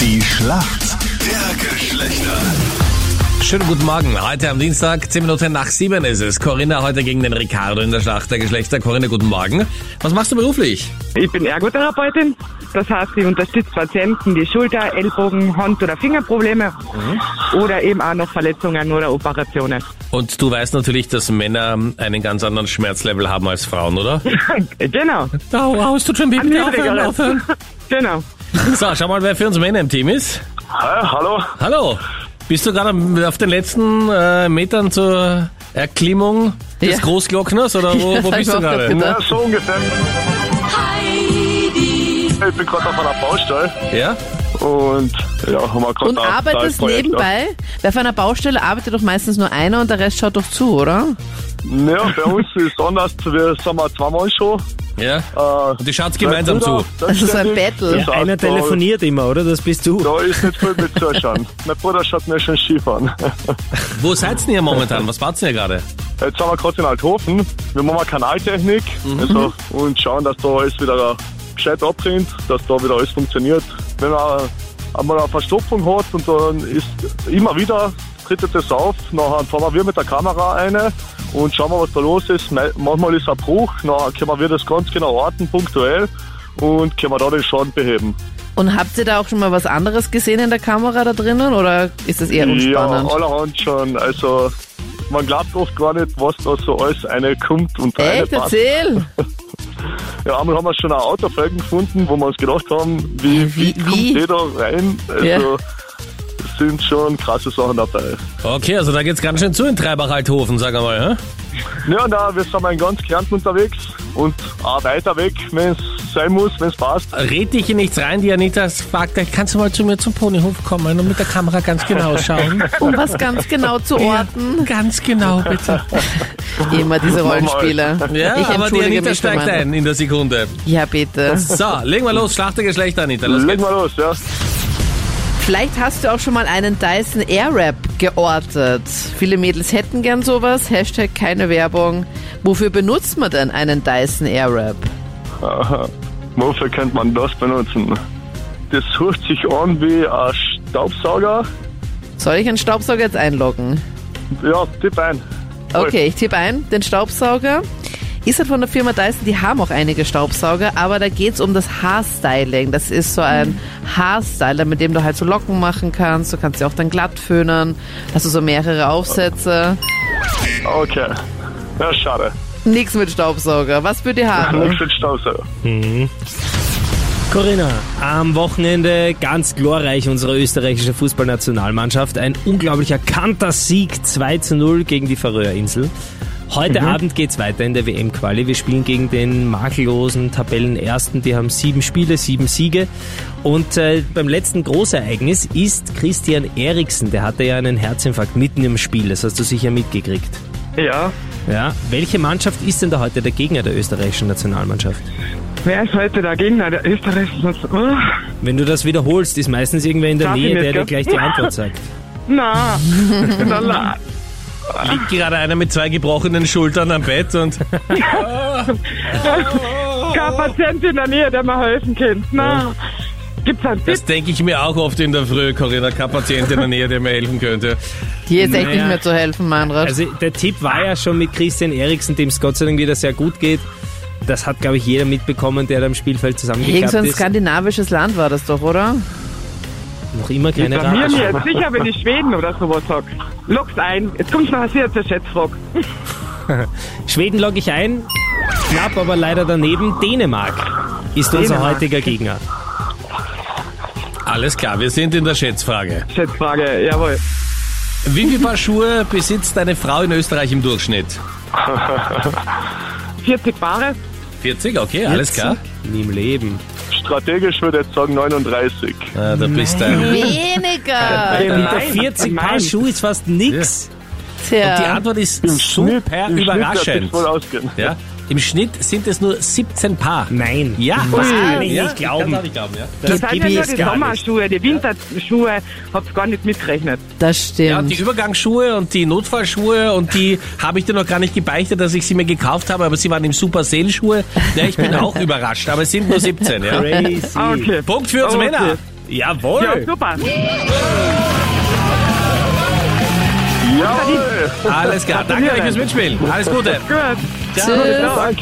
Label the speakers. Speaker 1: Die Schlacht der Geschlechter.
Speaker 2: Schönen guten Morgen. Heute am Dienstag, 10 Minuten nach 7 ist es. Corinna heute gegen den Ricardo in der Schlacht der Geschlechter. Corinna, guten Morgen. Was machst du beruflich?
Speaker 3: Ich bin Ergotherapeutin. Das heißt, ich unterstütze Patienten, die Schulter-, Ellbogen-, Hand- oder Fingerprobleme oder eben auch noch Verletzungen oder Operationen.
Speaker 2: Und du weißt natürlich, dass Männer einen ganz anderen Schmerzlevel haben als Frauen, oder?
Speaker 3: genau.
Speaker 2: Oh, wow, es tut schon weh.
Speaker 3: Bitte aufhören, aufhören. genau.
Speaker 2: So, schau mal, wer für uns Männer im Team ist.
Speaker 4: Äh, hallo?
Speaker 2: Hallo. Bist du gerade am- auf den letzten äh, Metern zur Erklimmung des
Speaker 5: Ja.
Speaker 2: Großglockners oder wo,
Speaker 5: Ja,
Speaker 2: wo
Speaker 5: das
Speaker 2: bist du
Speaker 5: hab ich auch
Speaker 2: gerade?
Speaker 5: gedacht.
Speaker 4: Ja, so ungefähr.
Speaker 6: Heidi.
Speaker 4: Ich bin gerade auf einer Baustelle
Speaker 2: Ja?
Speaker 4: und ja, haben wir gerade
Speaker 5: Und
Speaker 4: ein
Speaker 5: arbeitest
Speaker 4: Teilprojekt,
Speaker 5: nebenbei? Weil auf einer Baustelle arbeitet doch meistens nur einer und der Rest schaut doch zu, oder?
Speaker 4: Ja. ja, bei uns ist anders. Wir sind wir zweimal schon.
Speaker 2: Ja?
Speaker 4: Äh,
Speaker 2: Und die schaut's gemeinsam zu.
Speaker 5: Das ist Also so ein Battle.
Speaker 4: Das heißt,
Speaker 7: Einer telefoniert immer, oder? Das bist du.
Speaker 4: Da, da ist nicht viel mit zuschauen. mein Bruder schaut mir schon Skifahren.
Speaker 2: Wo seid ihr denn hier momentan? Was wart's denn hier gerade?
Speaker 4: Jetzt sind wir gerade in Althofen. Wir machen Kanaltechnik
Speaker 5: Mhm.
Speaker 4: also, und schauen, dass da alles wieder gescheit abbrennt, dass da wieder alles funktioniert. Wenn man einmal eine Verstopfung hat und dann ist immer wieder, tritt jetzt das auf, nachher fahren wir mit der Kamera eine und schauen wir, was da los ist. Me- Manchmal ist ein Bruch, nachher können wir das ganz genau orten, punktuell und können wir da den Schaden beheben.
Speaker 5: Und habt ihr da auch schon mal was anderes gesehen in der Kamera da drinnen oder ist das eher
Speaker 4: Ja, oh,
Speaker 5: unspannend?
Speaker 4: allerhand schon. Also man glaubt oft gar nicht, was da so alles eine kommt und eine
Speaker 5: Echt,
Speaker 4: passt.
Speaker 5: erzähl!
Speaker 4: Ja, einmal haben wir schon eine Autofelgen gefunden, wo wir uns gedacht haben, wie, wie,
Speaker 5: Wie-
Speaker 4: kommt
Speaker 5: wie?
Speaker 4: der da rein? Also,
Speaker 5: Ja.
Speaker 4: es sind schon krasse Sachen dabei.
Speaker 2: Okay, also da geht's ganz schön zu in Treibach-Althofen, sag einmal. Hä?
Speaker 4: Ja, na, wir sind mal in ganz Kärnten unterwegs und auch weiter weg, wenn es sein muss, wenn es passt.
Speaker 2: Red dich in nichts rein, die Anita fragt, gleich, kannst du mal zu mir zum Ponyhof kommen und mit der Kamera ganz genau schauen?
Speaker 5: Um was ganz genau zu orten.
Speaker 2: ganz genau, bitte.
Speaker 5: Immer diese Rollenspiele.
Speaker 2: Ja,
Speaker 5: ich
Speaker 2: aber die
Speaker 5: entschuldige
Speaker 2: Anita
Speaker 5: mich für
Speaker 2: steigt
Speaker 5: meine-
Speaker 2: ein in der Sekunde.
Speaker 5: Ja, bitte.
Speaker 2: So, legen wir los, Schlachtergeschlechter, Anita, los
Speaker 4: Legen
Speaker 2: geht's.
Speaker 4: wir los, ja.
Speaker 5: Vielleicht hast du auch schon mal einen Dyson Airwrap geortet. Viele Mädels hätten gern sowas. Hashtag keine Werbung. Wofür benutzt man denn einen Dyson Airwrap?
Speaker 4: Aha. Wofür könnte man das benutzen? Das hört sich an wie ein Staubsauger.
Speaker 5: Soll ich einen Staubsauger jetzt einloggen?
Speaker 4: Ja, tipp ein.
Speaker 5: Okay, ich tippe ein, den Staubsauger. Ist halt von der Firma Dyson, die haben auch einige Staubsauger, aber da geht's um das Haarstyling. Das ist so ein
Speaker 7: Mhm.
Speaker 5: Haarstyler, mit dem du halt so Locken machen kannst. Du kannst sie auch dann glatt föhnen. Hast du so mehrere Aufsätze.
Speaker 4: Okay. Ja, schade.
Speaker 5: Nix mit Staubsauger. Was für die Haare?
Speaker 4: Nichts mit Staubsauger.
Speaker 7: Corinna, am Wochenende ganz glorreich unsere österreichische Fußballnationalmannschaft. Ein unglaublicher kanter Sieg 2 zu 0 gegen die Färöerinsel. Heute Abend geht's weiter in der WM-Quali. Wir spielen gegen den makellosen Tabellenersten. Die haben sieben Spiele, sieben Siege. Und äh, beim letzten Großereignis ist Christian Eriksen, der hatte ja einen Herzinfarkt mitten im Spiel. Das hast du sicher mitgekriegt.
Speaker 3: Ja.
Speaker 7: Ja, welche Mannschaft ist denn da heute der Gegner der österreichischen Nationalmannschaft?
Speaker 3: Wer ist heute der Gegner der Oh, österreichischen Nation?
Speaker 7: Wenn du das wiederholst, ist meistens irgendwer in der
Speaker 3: Darf ich
Speaker 7: Nähe,
Speaker 3: nicht,
Speaker 7: der dir
Speaker 3: gell?
Speaker 7: gleich die Antwort sagt.
Speaker 3: Na, na, na.
Speaker 2: Liegt gerade einer mit zwei gebrochenen Schultern am Bett und
Speaker 3: Kein Patient in der Nähe, der mir helfen kann. Na, gibt's einen Tipp?
Speaker 2: das denke ich mir auch oft in der Früh, Corinna, kein Patient in der Nähe, der mir helfen könnte.
Speaker 5: Hier ist echt
Speaker 7: Naja.
Speaker 5: nicht mehr zu helfen, Meinrad.
Speaker 7: Also der Tipp war ja schon mit Christian Eriksen, dem es Gott sei Dank wieder sehr gut geht. Das hat, glaube ich, jeder mitbekommen, der da am Spielfeld
Speaker 5: Irgend
Speaker 7: zusammengeklappt
Speaker 5: so ein
Speaker 7: ist.
Speaker 5: skandinavisches Land war das doch, oder?
Speaker 7: Noch immer keine
Speaker 3: Bei mir
Speaker 7: Rate.
Speaker 3: mir jetzt sicher, wenn ich Schweden oder sowas sag. Lock's ein. Jetzt kommst du nachher sehr zur Schätzfrage.
Speaker 7: Schweden logge ich ein, knapp, aber leider daneben. Dänemark ist unser
Speaker 3: Dänemark.
Speaker 7: heutiger Gegner.
Speaker 2: Alles klar, wir sind in der Schätzfrage.
Speaker 3: Schätzfrage, jawohl.
Speaker 2: Wie viele Paar Schuhe besitzt eine Frau in Österreich im Durchschnitt?
Speaker 3: 40 Paare?
Speaker 2: 40, okay, alles klar.
Speaker 7: Nie im Leben.
Speaker 4: Strategisch würde ich jetzt sagen 39.
Speaker 2: Ah, da bist du.
Speaker 5: Weniger!
Speaker 7: Mit der
Speaker 3: Nein,
Speaker 7: 40
Speaker 3: nein.
Speaker 7: Paar Schuh ist fast nix.
Speaker 2: Die
Speaker 5: Tja,
Speaker 2: Antwort ist
Speaker 4: Schnitt-
Speaker 2: super
Speaker 4: im Schnitt wird
Speaker 2: überraschend.
Speaker 4: das wohl ausgehen.
Speaker 2: Ja? Im Schnitt sind es nur 17 Paar.
Speaker 7: Nein.
Speaker 2: Ja,
Speaker 7: das kann ich
Speaker 2: ja,
Speaker 7: nicht glauben.
Speaker 2: kann's auch nicht glauben, ja.
Speaker 3: Das sind ja nur
Speaker 7: gibt's
Speaker 3: die
Speaker 7: gar nicht.
Speaker 3: Sommerschuhe, die Winterschuhe hab's gar nicht mitgerechnet.
Speaker 5: das
Speaker 2: Ja,
Speaker 5: stimmt.
Speaker 2: die Übergangsschuhe und die Notfallschuhe und die habe ich dir noch gar nicht gebeichtet, dass ich sie mir gekauft habe, aber sie waren im Super Sale Schuhe. Ja, ich bin auch überrascht, aber es sind nur 17, ja.
Speaker 7: Crazy.
Speaker 3: Ah, okay.
Speaker 2: Punkt für uns
Speaker 3: Okay.
Speaker 2: Männer.
Speaker 7: Jawohl.
Speaker 3: Ja, super.
Speaker 4: Jawohl!
Speaker 2: Alles klar, danke euch fürs Mitspielen. Alles Gute.
Speaker 3: Gut.
Speaker 5: Tschüss.
Speaker 4: Danke!